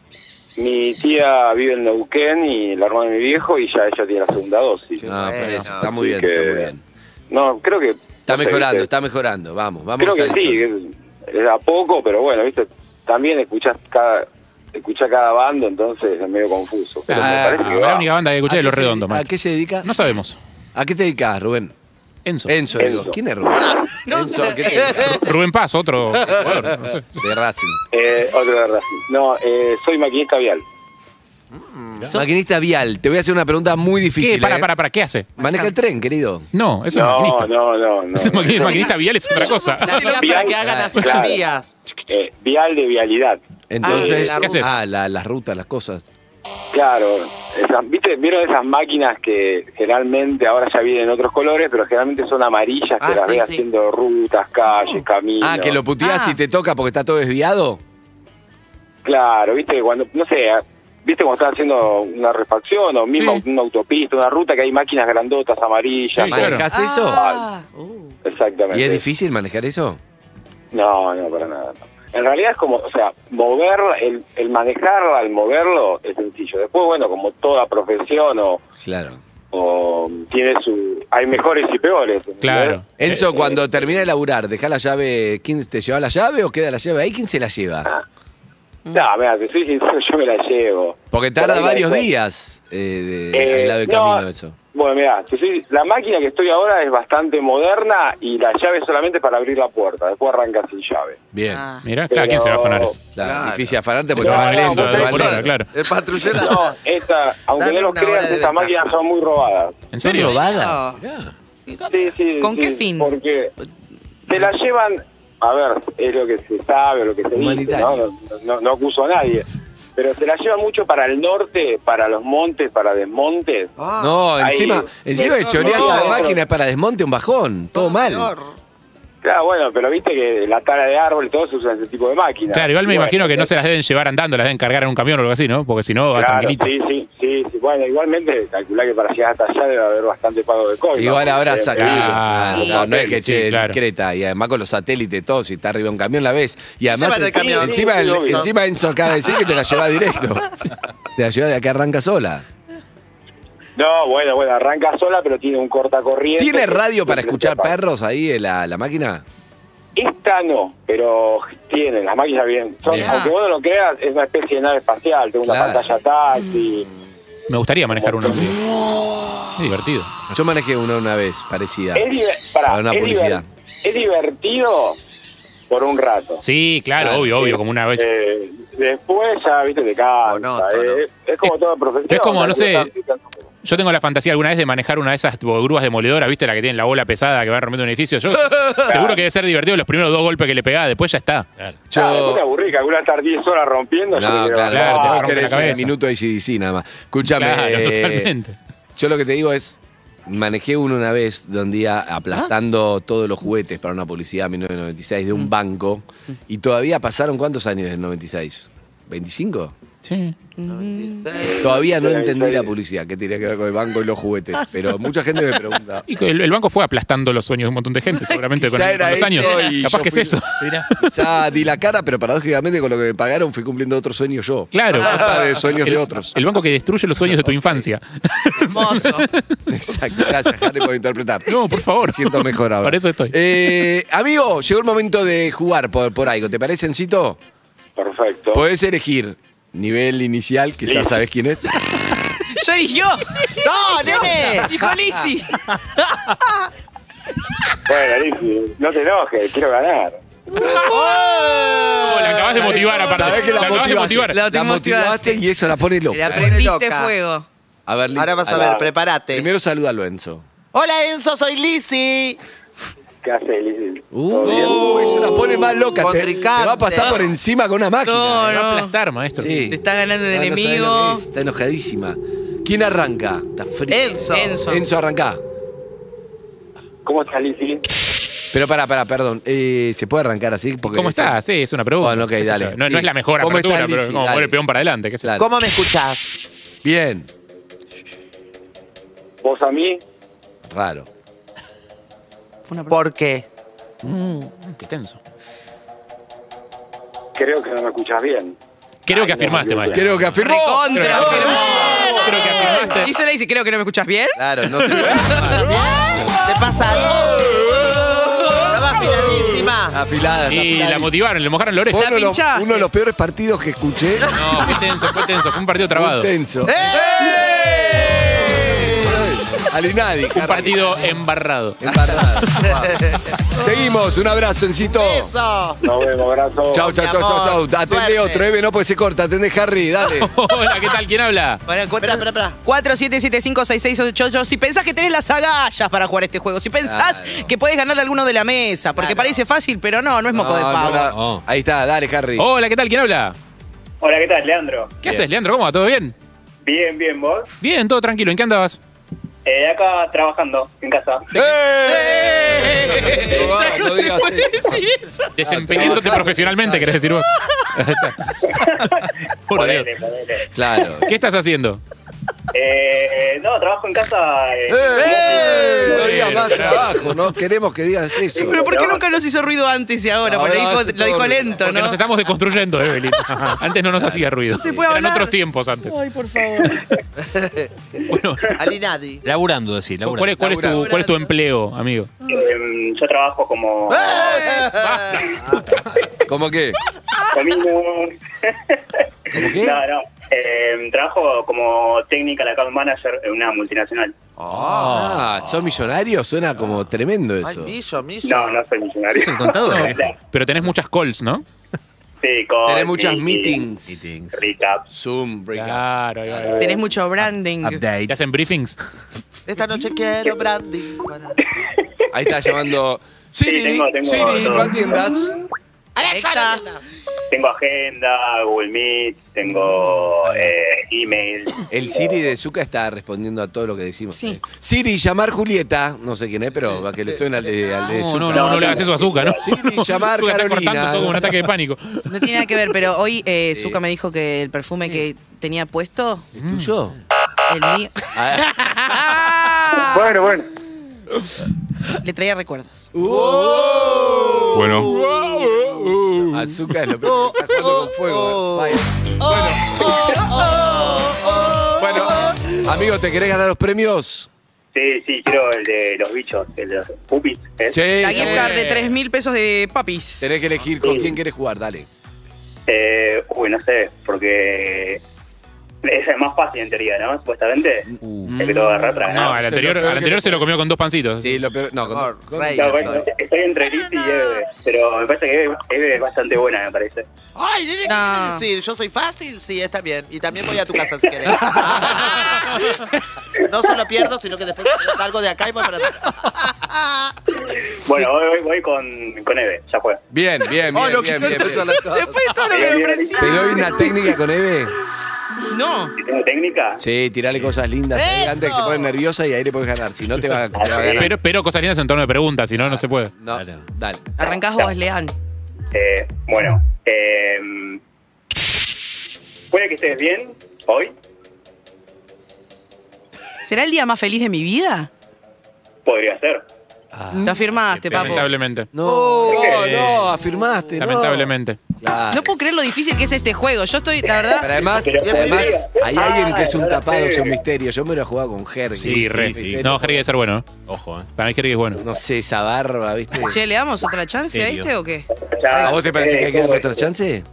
Speaker 8: Mi tía vive en Neuquén y la hermana de mi viejo y ya ella tiene la segunda dosis.
Speaker 3: No,
Speaker 2: bueno.
Speaker 3: por eso, está muy
Speaker 8: Así
Speaker 3: bien, está
Speaker 8: que-
Speaker 3: muy bien.
Speaker 8: No, creo que
Speaker 3: Está
Speaker 8: No sé,
Speaker 3: mejorando,
Speaker 8: ¿viste?
Speaker 3: está mejorando. Vamos, vamos
Speaker 8: Creo
Speaker 3: al
Speaker 8: que sí,
Speaker 3: sol.
Speaker 8: que es a poco, pero bueno, viste, también escuchás cada, escuchás cada bando, entonces es medio confuso. Pero
Speaker 3: Ah,
Speaker 8: me parece que
Speaker 5: la
Speaker 8: va.
Speaker 5: única banda que escuché
Speaker 3: ¿A
Speaker 5: es Los
Speaker 3: qué se-
Speaker 5: Redondos,
Speaker 3: ¿A
Speaker 5: Mati.
Speaker 3: qué se dedica?
Speaker 5: No sabemos.
Speaker 3: ¿A qué te dedicas, Rubén?
Speaker 5: Enzo.
Speaker 3: Enzo, digo.
Speaker 8: Enzo.
Speaker 3: ¿Quién es Rubén? Enzo, ¿a qué te dedicas?
Speaker 5: Rubén Paz, otro jugador, no sé.
Speaker 3: De Racing.
Speaker 8: Eh, otro de Racing. No, eh, soy maquinista vial.
Speaker 4: So-
Speaker 3: Maquinista vial, te voy a hacer una pregunta muy difícil.
Speaker 5: ¿Qué? Para,
Speaker 3: ¿eh?
Speaker 5: para, para, ¿qué hace?
Speaker 3: Maneja el tren, querido.
Speaker 5: No, eso
Speaker 8: no,
Speaker 5: es maquinista.
Speaker 8: no, no, no.
Speaker 5: Es un maquinista, maquinista vial es otra cosa.
Speaker 2: La vía para que hagan así
Speaker 8: Claro.
Speaker 2: las vías.
Speaker 8: Eh, vial de vialidad.
Speaker 3: Entonces,
Speaker 2: Ah,
Speaker 5: ¿qué haces?
Speaker 3: ah, la- las rutas, las cosas.
Speaker 8: Claro, esas- ¿viste? ¿Vieron esas máquinas que generalmente ahora ya vienen en otros colores, pero generalmente son amarillas
Speaker 2: Ah,
Speaker 8: que las
Speaker 2: sí,
Speaker 8: ve
Speaker 2: sí.
Speaker 8: haciendo rutas, calles, caminos?
Speaker 3: Ah, que lo puteás
Speaker 4: Ah.
Speaker 3: y te toca porque está todo desviado.
Speaker 8: Claro, ¿viste? Cuando, no sé, ah, ¿viste cuando estás haciendo una refacción o mismo
Speaker 5: Sí.
Speaker 8: una autopista, una ruta que hay máquinas grandotas, amarillas?
Speaker 5: Sí, claro.
Speaker 3: ¿Manejas
Speaker 4: Ah,
Speaker 8: Exactamente.
Speaker 3: eso? ¿Y es difícil manejar eso?
Speaker 8: No, no, para nada. no. En realidad es como, o sea, mover, el, el manejarla, el moverlo es sencillo. Después, bueno, como toda profesión o,
Speaker 3: Claro.
Speaker 8: o tiene su... Hay mejores y peores. ¿entendés?
Speaker 5: Claro.
Speaker 3: Enzo, cuando termina de laburar, ¿dejás la llave? ¿Quién te lleva la llave o queda la llave ahí? ¿Quién se la lleva?
Speaker 8: No, mira, te soy sincero, yo me la llevo.
Speaker 3: Porque
Speaker 8: Por
Speaker 3: tarda
Speaker 8: ahí la
Speaker 3: varios
Speaker 8: dejo.
Speaker 3: días eh, de,
Speaker 8: Eh,
Speaker 3: al lado del
Speaker 8: no,
Speaker 3: camino eso.
Speaker 8: Bueno, mira, la máquina que estoy ahora es bastante moderna y la llave es solamente para abrir la puerta, después arranca sin llave.
Speaker 3: Bien.
Speaker 4: ah.
Speaker 5: Mirá, claro, ¿quién se va a afanar eso?
Speaker 3: Claro,
Speaker 2: Claro.
Speaker 3: Difícil afanarte porque
Speaker 8: No,
Speaker 3: te vas
Speaker 8: no,
Speaker 3: lento,
Speaker 8: vos
Speaker 3: te
Speaker 5: Por
Speaker 3: vas
Speaker 8: tenés-
Speaker 5: hora,
Speaker 3: lento.
Speaker 5: claro.
Speaker 2: El patrullero.
Speaker 8: No, esta, aunque
Speaker 2: Dale
Speaker 8: no lo
Speaker 2: una hora
Speaker 8: creas,
Speaker 2: de
Speaker 8: estas
Speaker 2: ventaja.
Speaker 8: máquinas son muy robadas.
Speaker 5: ¿En serio?
Speaker 3: ¿Son robadas?
Speaker 2: No.
Speaker 3: Mirá.
Speaker 8: Sí, sí,
Speaker 4: ¿Con
Speaker 8: sí,
Speaker 4: qué fin?
Speaker 8: Porque se la llevan, a ver, es lo que se sabe, lo que se dice, ¿no?
Speaker 3: Humanitario.
Speaker 8: No, no- no acuso a nadie, pero se la llevan mucho para el norte, para los montes, para desmontes.
Speaker 3: Oh.
Speaker 2: Ah,
Speaker 3: No,
Speaker 8: Ahí.
Speaker 3: encima, encima de
Speaker 2: No,
Speaker 3: chorear
Speaker 8: no,
Speaker 3: la
Speaker 8: no.
Speaker 3: máquina es para desmonte un bajón. Todo mal.
Speaker 2: peor.
Speaker 8: Claro, bueno, pero viste que la tala de árbol, todo se usa ese tipo de máquinas.
Speaker 5: Claro, igual me
Speaker 8: Bueno,
Speaker 5: imagino que no se las deben llevar andando, las deben cargar en un camión o algo así, ¿no? Porque si no, va
Speaker 8: Claro,
Speaker 5: tranquilito.
Speaker 8: sí, sí, sí, sí. Bueno, igualmente, calculá que para llegar hasta allá debe haber bastante pago de coima.
Speaker 3: Igual ahora
Speaker 8: Eh,
Speaker 3: saca.
Speaker 5: claro,
Speaker 3: Ah, no, no es que
Speaker 5: sí,
Speaker 3: che,
Speaker 5: claro.
Speaker 3: discreta. Y además con los satélites, todo, si está arriba un camión la ves. Y además.
Speaker 2: Llevan el camión.
Speaker 3: Encima,
Speaker 8: Sí,
Speaker 3: el-
Speaker 8: obvio.
Speaker 3: encima Enzo acaba de decir que te la lleva directo. Te la lleva de acá, arranca sola.
Speaker 8: No, bueno, bueno, arranca sola, pero tiene un cortacorriente.
Speaker 3: ¿Tiene radio para escuchar
Speaker 8: perros?
Speaker 3: perros ahí en la, la máquina?
Speaker 8: Esta no, pero tiene, las máquinas bien. Son,
Speaker 3: Bien.
Speaker 8: Aunque vos no lo creas, es una especie de nave espacial, tengo
Speaker 3: Claro.
Speaker 8: una pantalla táctil.
Speaker 5: Me gustaría manejar una. un día. Es divertido.
Speaker 3: Yo manejé una una vez, parecida.
Speaker 8: Es, diver- pará,
Speaker 3: Para una
Speaker 8: es
Speaker 3: publicidad.
Speaker 8: diver- es divertido por un rato.
Speaker 5: Sí, claro,
Speaker 3: Claro,
Speaker 5: obvio, obvio, como una vez.
Speaker 8: Eh, después ya, viste, te cansa.
Speaker 2: Monótono.
Speaker 8: eh, es como toda profesión.
Speaker 5: es como, no sé,
Speaker 8: calculo tanto-
Speaker 5: Yo tengo la fantasía alguna vez de manejar una de esas tipo, grúas demoledoras, ¿viste? La que tiene la bola pesada que va rompiendo un edificio. Yo seguro que debe ser divertido los primeros dos golpes que le pegás, después ya está.
Speaker 3: Yo-
Speaker 8: Ah, después te aburrí, calculás estar 10 horas rompiendo. "Ah, así
Speaker 3: No,
Speaker 8: que-
Speaker 3: claro, no,
Speaker 5: Claro, te
Speaker 3: vos
Speaker 5: va a romper
Speaker 3: querés
Speaker 5: la
Speaker 3: el
Speaker 5: cabeza.
Speaker 3: minuto de ACDC nada más. Escúchame.
Speaker 5: Claro,
Speaker 3: eh,
Speaker 5: totalmente.
Speaker 3: Yo lo que te digo es, manejé uno una vez de un día
Speaker 5: Ah.
Speaker 3: aplastando todos los juguetes para una publicidad en 1996 de un
Speaker 5: Mm.
Speaker 3: banco y todavía pasaron cuántos años del 96? ¿25?
Speaker 5: Sí.
Speaker 2: Mm.
Speaker 3: Todavía no
Speaker 8: Sí,
Speaker 3: entendí
Speaker 8: sí.
Speaker 3: la publicidad que tenía que ver con el banco y los juguetes, pero mucha gente me pregunta.
Speaker 5: Y el, el banco fue aplastando los sueños de un montón de gente, seguramente, con,
Speaker 3: Quizá
Speaker 5: con
Speaker 3: era
Speaker 5: los
Speaker 3: eso
Speaker 5: años.
Speaker 3: y
Speaker 5: Capaz
Speaker 3: yo
Speaker 5: que es
Speaker 3: fui-
Speaker 5: eso.
Speaker 3: Quizá di la cara, pero paradójicamente con lo que me pagaron fui cumpliendo otro sueño yo.
Speaker 5: Claro.
Speaker 3: Basta de sueños
Speaker 5: el,
Speaker 3: de otros.
Speaker 5: el banco que destruye los sueños de tu infancia.
Speaker 4: Hermoso.
Speaker 3: Exacto, gracias Harry por interpretar.
Speaker 5: No, por favor.
Speaker 3: Me siento mejor ahora.
Speaker 5: Para eso estoy.
Speaker 3: Eh, amigo, llegó el momento de jugar por, por algo. ¿Te parece, Encito?
Speaker 8: Perfecto.
Speaker 3: Podés elegir nivel inicial, que ya
Speaker 8: Listo.
Speaker 3: sabes quién es. ¡Oh!
Speaker 4: Yo eligió.
Speaker 2: ¡No, nene!
Speaker 4: Dijo Lizzy.
Speaker 8: Bueno, Lizzy, no te enojes, quiero ganar.
Speaker 5: Oh, la acabas de motivar, aparte.
Speaker 3: Sabés que
Speaker 5: la
Speaker 3: la,
Speaker 5: acabas de motivar.
Speaker 3: motivaste.
Speaker 4: La
Speaker 3: La motivaste y eso la pone
Speaker 4: Le
Speaker 3: loca.
Speaker 4: aprendiste
Speaker 2: loca.
Speaker 4: fuego.
Speaker 3: A ver, Liz,
Speaker 2: Ahora vas a
Speaker 3: ahí
Speaker 2: ver,
Speaker 8: va.
Speaker 3: va.
Speaker 2: prepárate.
Speaker 3: Primero salúdalo, Enzo.
Speaker 2: Hola Enzo, soy Lizzy.
Speaker 8: ¿Qué haces, Lizzy?
Speaker 3: Uh,
Speaker 8: ¿Todo bien?
Speaker 3: eso la pone más loca. Te, te va a pasar
Speaker 2: Contrincante.
Speaker 3: por encima con una máquina.
Speaker 4: No,
Speaker 5: Me va a
Speaker 4: no.
Speaker 5: aplastar, maestro.
Speaker 3: Sí.
Speaker 4: Te está ganando el
Speaker 3: Ah, no sabés lo
Speaker 4: enemigo.
Speaker 3: que es, está enojadísima. ¿Quién arranca? Está frío.
Speaker 2: Enzo.
Speaker 4: Enzo.
Speaker 3: Enzo, arrancá.
Speaker 8: ¿Cómo estás, Lizzy?
Speaker 3: Pero pará, pará, perdón. Eh, ¿Se puede arrancar así? Porque
Speaker 5: ¿Cómo estás? Sí, es una pregunta.
Speaker 3: Bueno, ok,
Speaker 5: Qué sé
Speaker 3: dale.
Speaker 5: yo. No,
Speaker 3: Sí.
Speaker 5: no es la mejor
Speaker 3: ¿Cómo
Speaker 5: apertura,
Speaker 3: estás,
Speaker 5: pero
Speaker 3: Lizzy?
Speaker 5: como
Speaker 3: Dale.
Speaker 5: poner el peón para adelante. qué sé yo.
Speaker 3: Claro.
Speaker 2: ¿Cómo me escuchás?
Speaker 3: Bien.
Speaker 8: ¿Vos a mí?
Speaker 3: Raro.
Speaker 2: ¿Por qué?
Speaker 5: Mm, Qué tenso.
Speaker 8: Creo que no me escuchas bien.
Speaker 5: Creo que afirmaste, maestro.
Speaker 3: Creo que afirmó.
Speaker 4: Recontra.
Speaker 5: Creo que-
Speaker 4: afirmó.
Speaker 5: Creo que afirmaste.
Speaker 4: Y se le dice, creo que no me escuchas bien.
Speaker 3: Claro, no se puede.
Speaker 2: ¿Te pasa algo? afilada.
Speaker 3: Afilada.
Speaker 5: Y la motivaron, le mojaron la
Speaker 3: Fue
Speaker 5: oreja.
Speaker 3: uno de los-
Speaker 4: pinchaste.
Speaker 3: uno de los peores partidos que escuché.
Speaker 5: No, fue tenso, fue tenso, fue un partido trabado. ¡Eh!
Speaker 3: Muy Tenso. Alinadi.
Speaker 5: Un partido embarrado.
Speaker 3: Embarrado. Seguimos, un abrazo, Encito.
Speaker 2: Eso.
Speaker 9: Nos vemos, abrazo.
Speaker 3: Chau, chau,
Speaker 2: Mi
Speaker 3: chau,
Speaker 2: amor,
Speaker 3: chau, chau. Atende
Speaker 2: suerte.
Speaker 3: otro, Eve, no, pues se corta. Atende Harry, dale.
Speaker 5: Hola, ¿qué tal? ¿Quién habla?
Speaker 2: Bueno, cuenta, espera, espera.
Speaker 4: 47756688. Si pensás que tenés las agallas para jugar este juego, si pensás
Speaker 3: Claro.
Speaker 4: que podés ganarle a alguno de la mesa, porque parece fácil, pero no, no es moco de
Speaker 3: No, no,
Speaker 4: pavo.
Speaker 3: la-
Speaker 5: No. Oh.
Speaker 3: Ahí está, dale, Harry.
Speaker 5: Hola, ¿qué tal? ¿Quién habla?
Speaker 8: Hola, ¿qué tal, Leandro?
Speaker 5: ¿Qué haces, Leandro? ¿Cómo va? ¿Todo bien?
Speaker 8: Bien, bien, vos.
Speaker 5: Bien, todo tranquilo. ¿En qué andabas?
Speaker 8: Eh, acá trabajando, en casa.
Speaker 3: ¡Eh!
Speaker 4: Ya no
Speaker 3: No
Speaker 4: se
Speaker 3: digas
Speaker 4: puede
Speaker 3: eso.
Speaker 4: decir eso.
Speaker 5: Desempeñándote
Speaker 3: trabajando,
Speaker 5: profesionalmente, querés decir vos. Por Dios.
Speaker 8: Ponele, ponele.
Speaker 3: Claro.
Speaker 5: ¿Qué estás haciendo?
Speaker 8: Eh, no, trabajo en casa. eh,
Speaker 3: ¡Eh! No digas más
Speaker 5: Pero-
Speaker 3: trabajo, no queremos que digas eso.
Speaker 4: Pero ¿por qué nunca nos hizo ruido antes y ahora? Porque
Speaker 3: Ahora
Speaker 4: lo
Speaker 3: hace
Speaker 4: dijo, lo dijo
Speaker 3: todo.
Speaker 4: lento,
Speaker 5: Porque
Speaker 4: ¿no?
Speaker 5: nos estamos deconstruyendo, Evelyn. Antes no nos hacía ruido.
Speaker 4: se puede
Speaker 5: Eran
Speaker 4: hablar.
Speaker 5: otros tiempos antes.
Speaker 4: por favor.
Speaker 5: Bueno,
Speaker 2: Alinadi.
Speaker 6: Laburando, decís, laburando.
Speaker 5: ¿cuál es, cuál es tu, cuál es tu empleo, amigo?
Speaker 8: em, yo trabajo como
Speaker 3: Eh, ¿Cómo qué?
Speaker 8: comino.
Speaker 3: ¿Cómo qué?
Speaker 8: No, no. em, trabajo como technical account manager en una multinacional.
Speaker 3: Ah, ¿son millonarios? Suena como tremendo
Speaker 2: Ay,
Speaker 3: eso.
Speaker 2: millo, millo.
Speaker 8: No, no soy millonario.
Speaker 6: ¿Es el contador?
Speaker 5: No. Pero tenés muchas calls, ¿no?
Speaker 8: Sí, con
Speaker 3: Tenés muchas
Speaker 8: meetings,
Speaker 3: meetings.
Speaker 8: Recaps.
Speaker 3: Zoom, breakout.
Speaker 5: Claro, ahí va, ahí va.
Speaker 4: Tenés mucho branding.
Speaker 5: ¿Te
Speaker 6: Update.
Speaker 5: hacen briefings?
Speaker 2: Esta noche quiero brandy.
Speaker 3: Ahí está llamando. Siri,
Speaker 8: tengo- tengo
Speaker 3: Siri,
Speaker 8: todo.
Speaker 3: no atiendas.
Speaker 4: Alexa.
Speaker 8: Tengo agenda, Google Meet, tengo eh, email.
Speaker 3: El Siri de Zuka está respondiendo a todo lo que decimos.
Speaker 4: Sí.
Speaker 3: Eh, Siri, llamar Julieta. No sé quién es, pero va que le suena al de, al de
Speaker 5: No,
Speaker 3: Zucca.
Speaker 5: no, no, no le hagas eso a Azúcar, ¿no?
Speaker 3: Sí, llamar
Speaker 5: Zucca está
Speaker 3: Carolina.
Speaker 5: cortando todo con un ataque de pánico.
Speaker 4: No tiene nada que ver, pero hoy eh, Zuka me dijo que el perfume que tenía puesto,
Speaker 3: ¿Es tuyo?
Speaker 5: Mm.
Speaker 4: el mío,
Speaker 3: Ah,
Speaker 7: Ah.
Speaker 8: Bueno, bueno.
Speaker 4: le traía recuerdos.
Speaker 3: Oh.
Speaker 8: Oh.
Speaker 6: Bueno.
Speaker 3: Azúcar es lo primero que está jugando con
Speaker 8: Oh.
Speaker 3: fuego. Vaya.
Speaker 2: Oh,
Speaker 3: Bueno, amigo, ¿te querés ganar los premios?
Speaker 8: Sí, sí, quiero el de los bichos, el de los pupis. ¿eh?
Speaker 3: Che,
Speaker 4: La gift card de 3 mil pesos de papis.
Speaker 3: tenés que elegir con quién querés jugar, dale.
Speaker 8: Eh, uy, no sé, porque es el más fácil en teoría, ¿no? Supuestamente. el que todo agarra atrás,
Speaker 5: No, al
Speaker 3: lo
Speaker 5: anterior,
Speaker 3: peor
Speaker 5: al
Speaker 3: que
Speaker 5: anterior
Speaker 3: te
Speaker 5: se lo comió con dos pancitos.
Speaker 3: Sí, lo peor. No,
Speaker 2: Amor,
Speaker 3: con, con-
Speaker 2: rey.
Speaker 8: No, bueno, estoy entre Lizzy y Eve, pero me parece que Eve, Eve es bastante buena, me parece.
Speaker 2: Ay, nene, ¿qué
Speaker 4: No.
Speaker 2: quieres decir? ¿Yo soy fácil? Sí, está bien. Y también voy a tu casa si querés. no solo pierdo, sino que después salgo de acá y voy para
Speaker 8: Bueno, voy, voy, voy con, con Eve, ya fue. Eh,
Speaker 3: Bien, bien, bien.
Speaker 2: Oh, lo
Speaker 3: bien,
Speaker 2: que
Speaker 3: bien, bien.
Speaker 4: Después de todo lo que me ofreció.
Speaker 3: ¿Te doy una técnica con Eve?
Speaker 4: No.
Speaker 8: Si tengo técnica,
Speaker 3: Sí, tirale cosas lindas ahí
Speaker 2: ¡Eso!
Speaker 3: antes que se pone nerviosa y ahí le puedes ganar. Si no, te va, a- te va a ganar.
Speaker 5: Pero, pero cosas lindas en torno de preguntas, si no, no se puede.
Speaker 3: No, dale.
Speaker 4: Arrancás vos, Lean.
Speaker 8: eh, bueno, eh, puede que estés bien hoy,
Speaker 4: ¿Será el día más feliz de mi vida?
Speaker 8: podría ser.
Speaker 4: Lo afirmaste, papo.
Speaker 5: Lamentablemente.
Speaker 3: No, no, no, afirmaste. no.
Speaker 5: Lamentablemente.
Speaker 3: Claro.
Speaker 4: No puedo creer lo difícil que es este juego. Yo estoy, la
Speaker 3: Pero
Speaker 4: verdad,
Speaker 3: además,
Speaker 8: Pero-
Speaker 3: además,
Speaker 8: Pero-
Speaker 3: hay alguien que es un
Speaker 8: Ah,
Speaker 3: tapado,
Speaker 8: sí.
Speaker 3: es un misterio. Yo me lo he jugado con Jerry.
Speaker 5: Sí, re.
Speaker 6: sí.
Speaker 5: No, Jerry debe ser bueno. ¿eh?
Speaker 6: Ojo, eh.
Speaker 5: Para mí Jerry es bueno.
Speaker 3: No sé, esa barba, ¿viste?
Speaker 4: che, ¿le damos otra chance a este o qué?
Speaker 8: Ya,
Speaker 3: ¿A Ah, vos te parece
Speaker 8: eh,
Speaker 3: que hay que darle
Speaker 8: ¿cómo
Speaker 3: otra
Speaker 8: es?
Speaker 3: chance?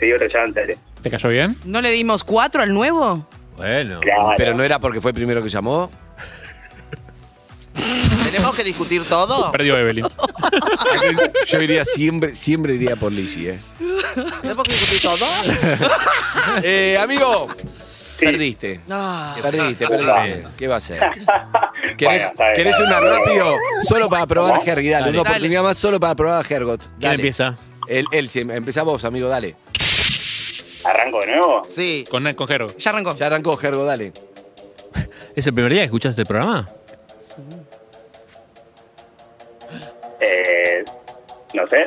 Speaker 8: Sí, otra chance. dale.
Speaker 5: ¿Te cayó bien?
Speaker 4: ¿No le dimos cuatro al nuevo?
Speaker 6: Bueno.
Speaker 8: Claro.
Speaker 3: Pero no era porque fue el primero que llamó.
Speaker 2: ¿Tenemos que discutir todo?
Speaker 5: Perdió Evelyn.
Speaker 3: Yo iría siempre, siempre iría por Lizzie, ¿eh?
Speaker 2: ¿Tenemos que discutir todo?
Speaker 3: Eh, amigo, perdiste.
Speaker 4: Ah.
Speaker 3: Perdiste, perdiste. ¿Qué va a ser?
Speaker 8: Bueno,
Speaker 3: ¿Querés,
Speaker 8: está bien.
Speaker 3: querés una rápido? Solo para probar a Hergy, dale. Una
Speaker 4: Dale.
Speaker 3: oportunidad más solo para probar a Hergot.
Speaker 6: ¿Quién
Speaker 3: Dale.
Speaker 6: empieza?
Speaker 3: El, el, sí, empezá vos, amigo, dale.
Speaker 8: ¿Arranco de nuevo?
Speaker 2: Sí.
Speaker 5: Con, con Jero.
Speaker 4: Ya arrancó.
Speaker 3: Ya arrancó, Hergo, dale.
Speaker 6: ¿Es el primer día que escuchaste el programa?
Speaker 8: Eh, no sé.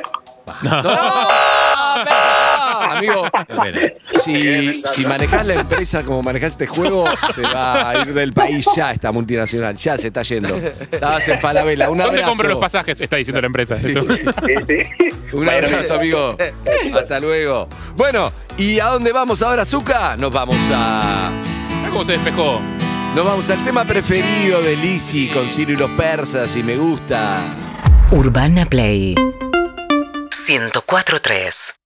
Speaker 3: Amigo,
Speaker 6: Bueno.
Speaker 3: si, si manejás la empresa como manejás este juego, se va a ir del país ya esta multinacional. Ya se está yendo. Estabas en Falabella. Un
Speaker 5: ¿Dónde
Speaker 3: abrazo.
Speaker 5: compro los pasajes? Está diciendo la empresa.
Speaker 8: Sí, sí.
Speaker 3: Un abrazo, amigo. Hasta luego. Bueno, ¿y a dónde vamos ahora, Zuka? Nos vamos a.
Speaker 5: ¿Cómo se despejó?
Speaker 3: Nos vamos al tema preferido de Lizzy con Ciro y los persas y me gusta.
Speaker 10: Urbana Play
Speaker 7: 1043.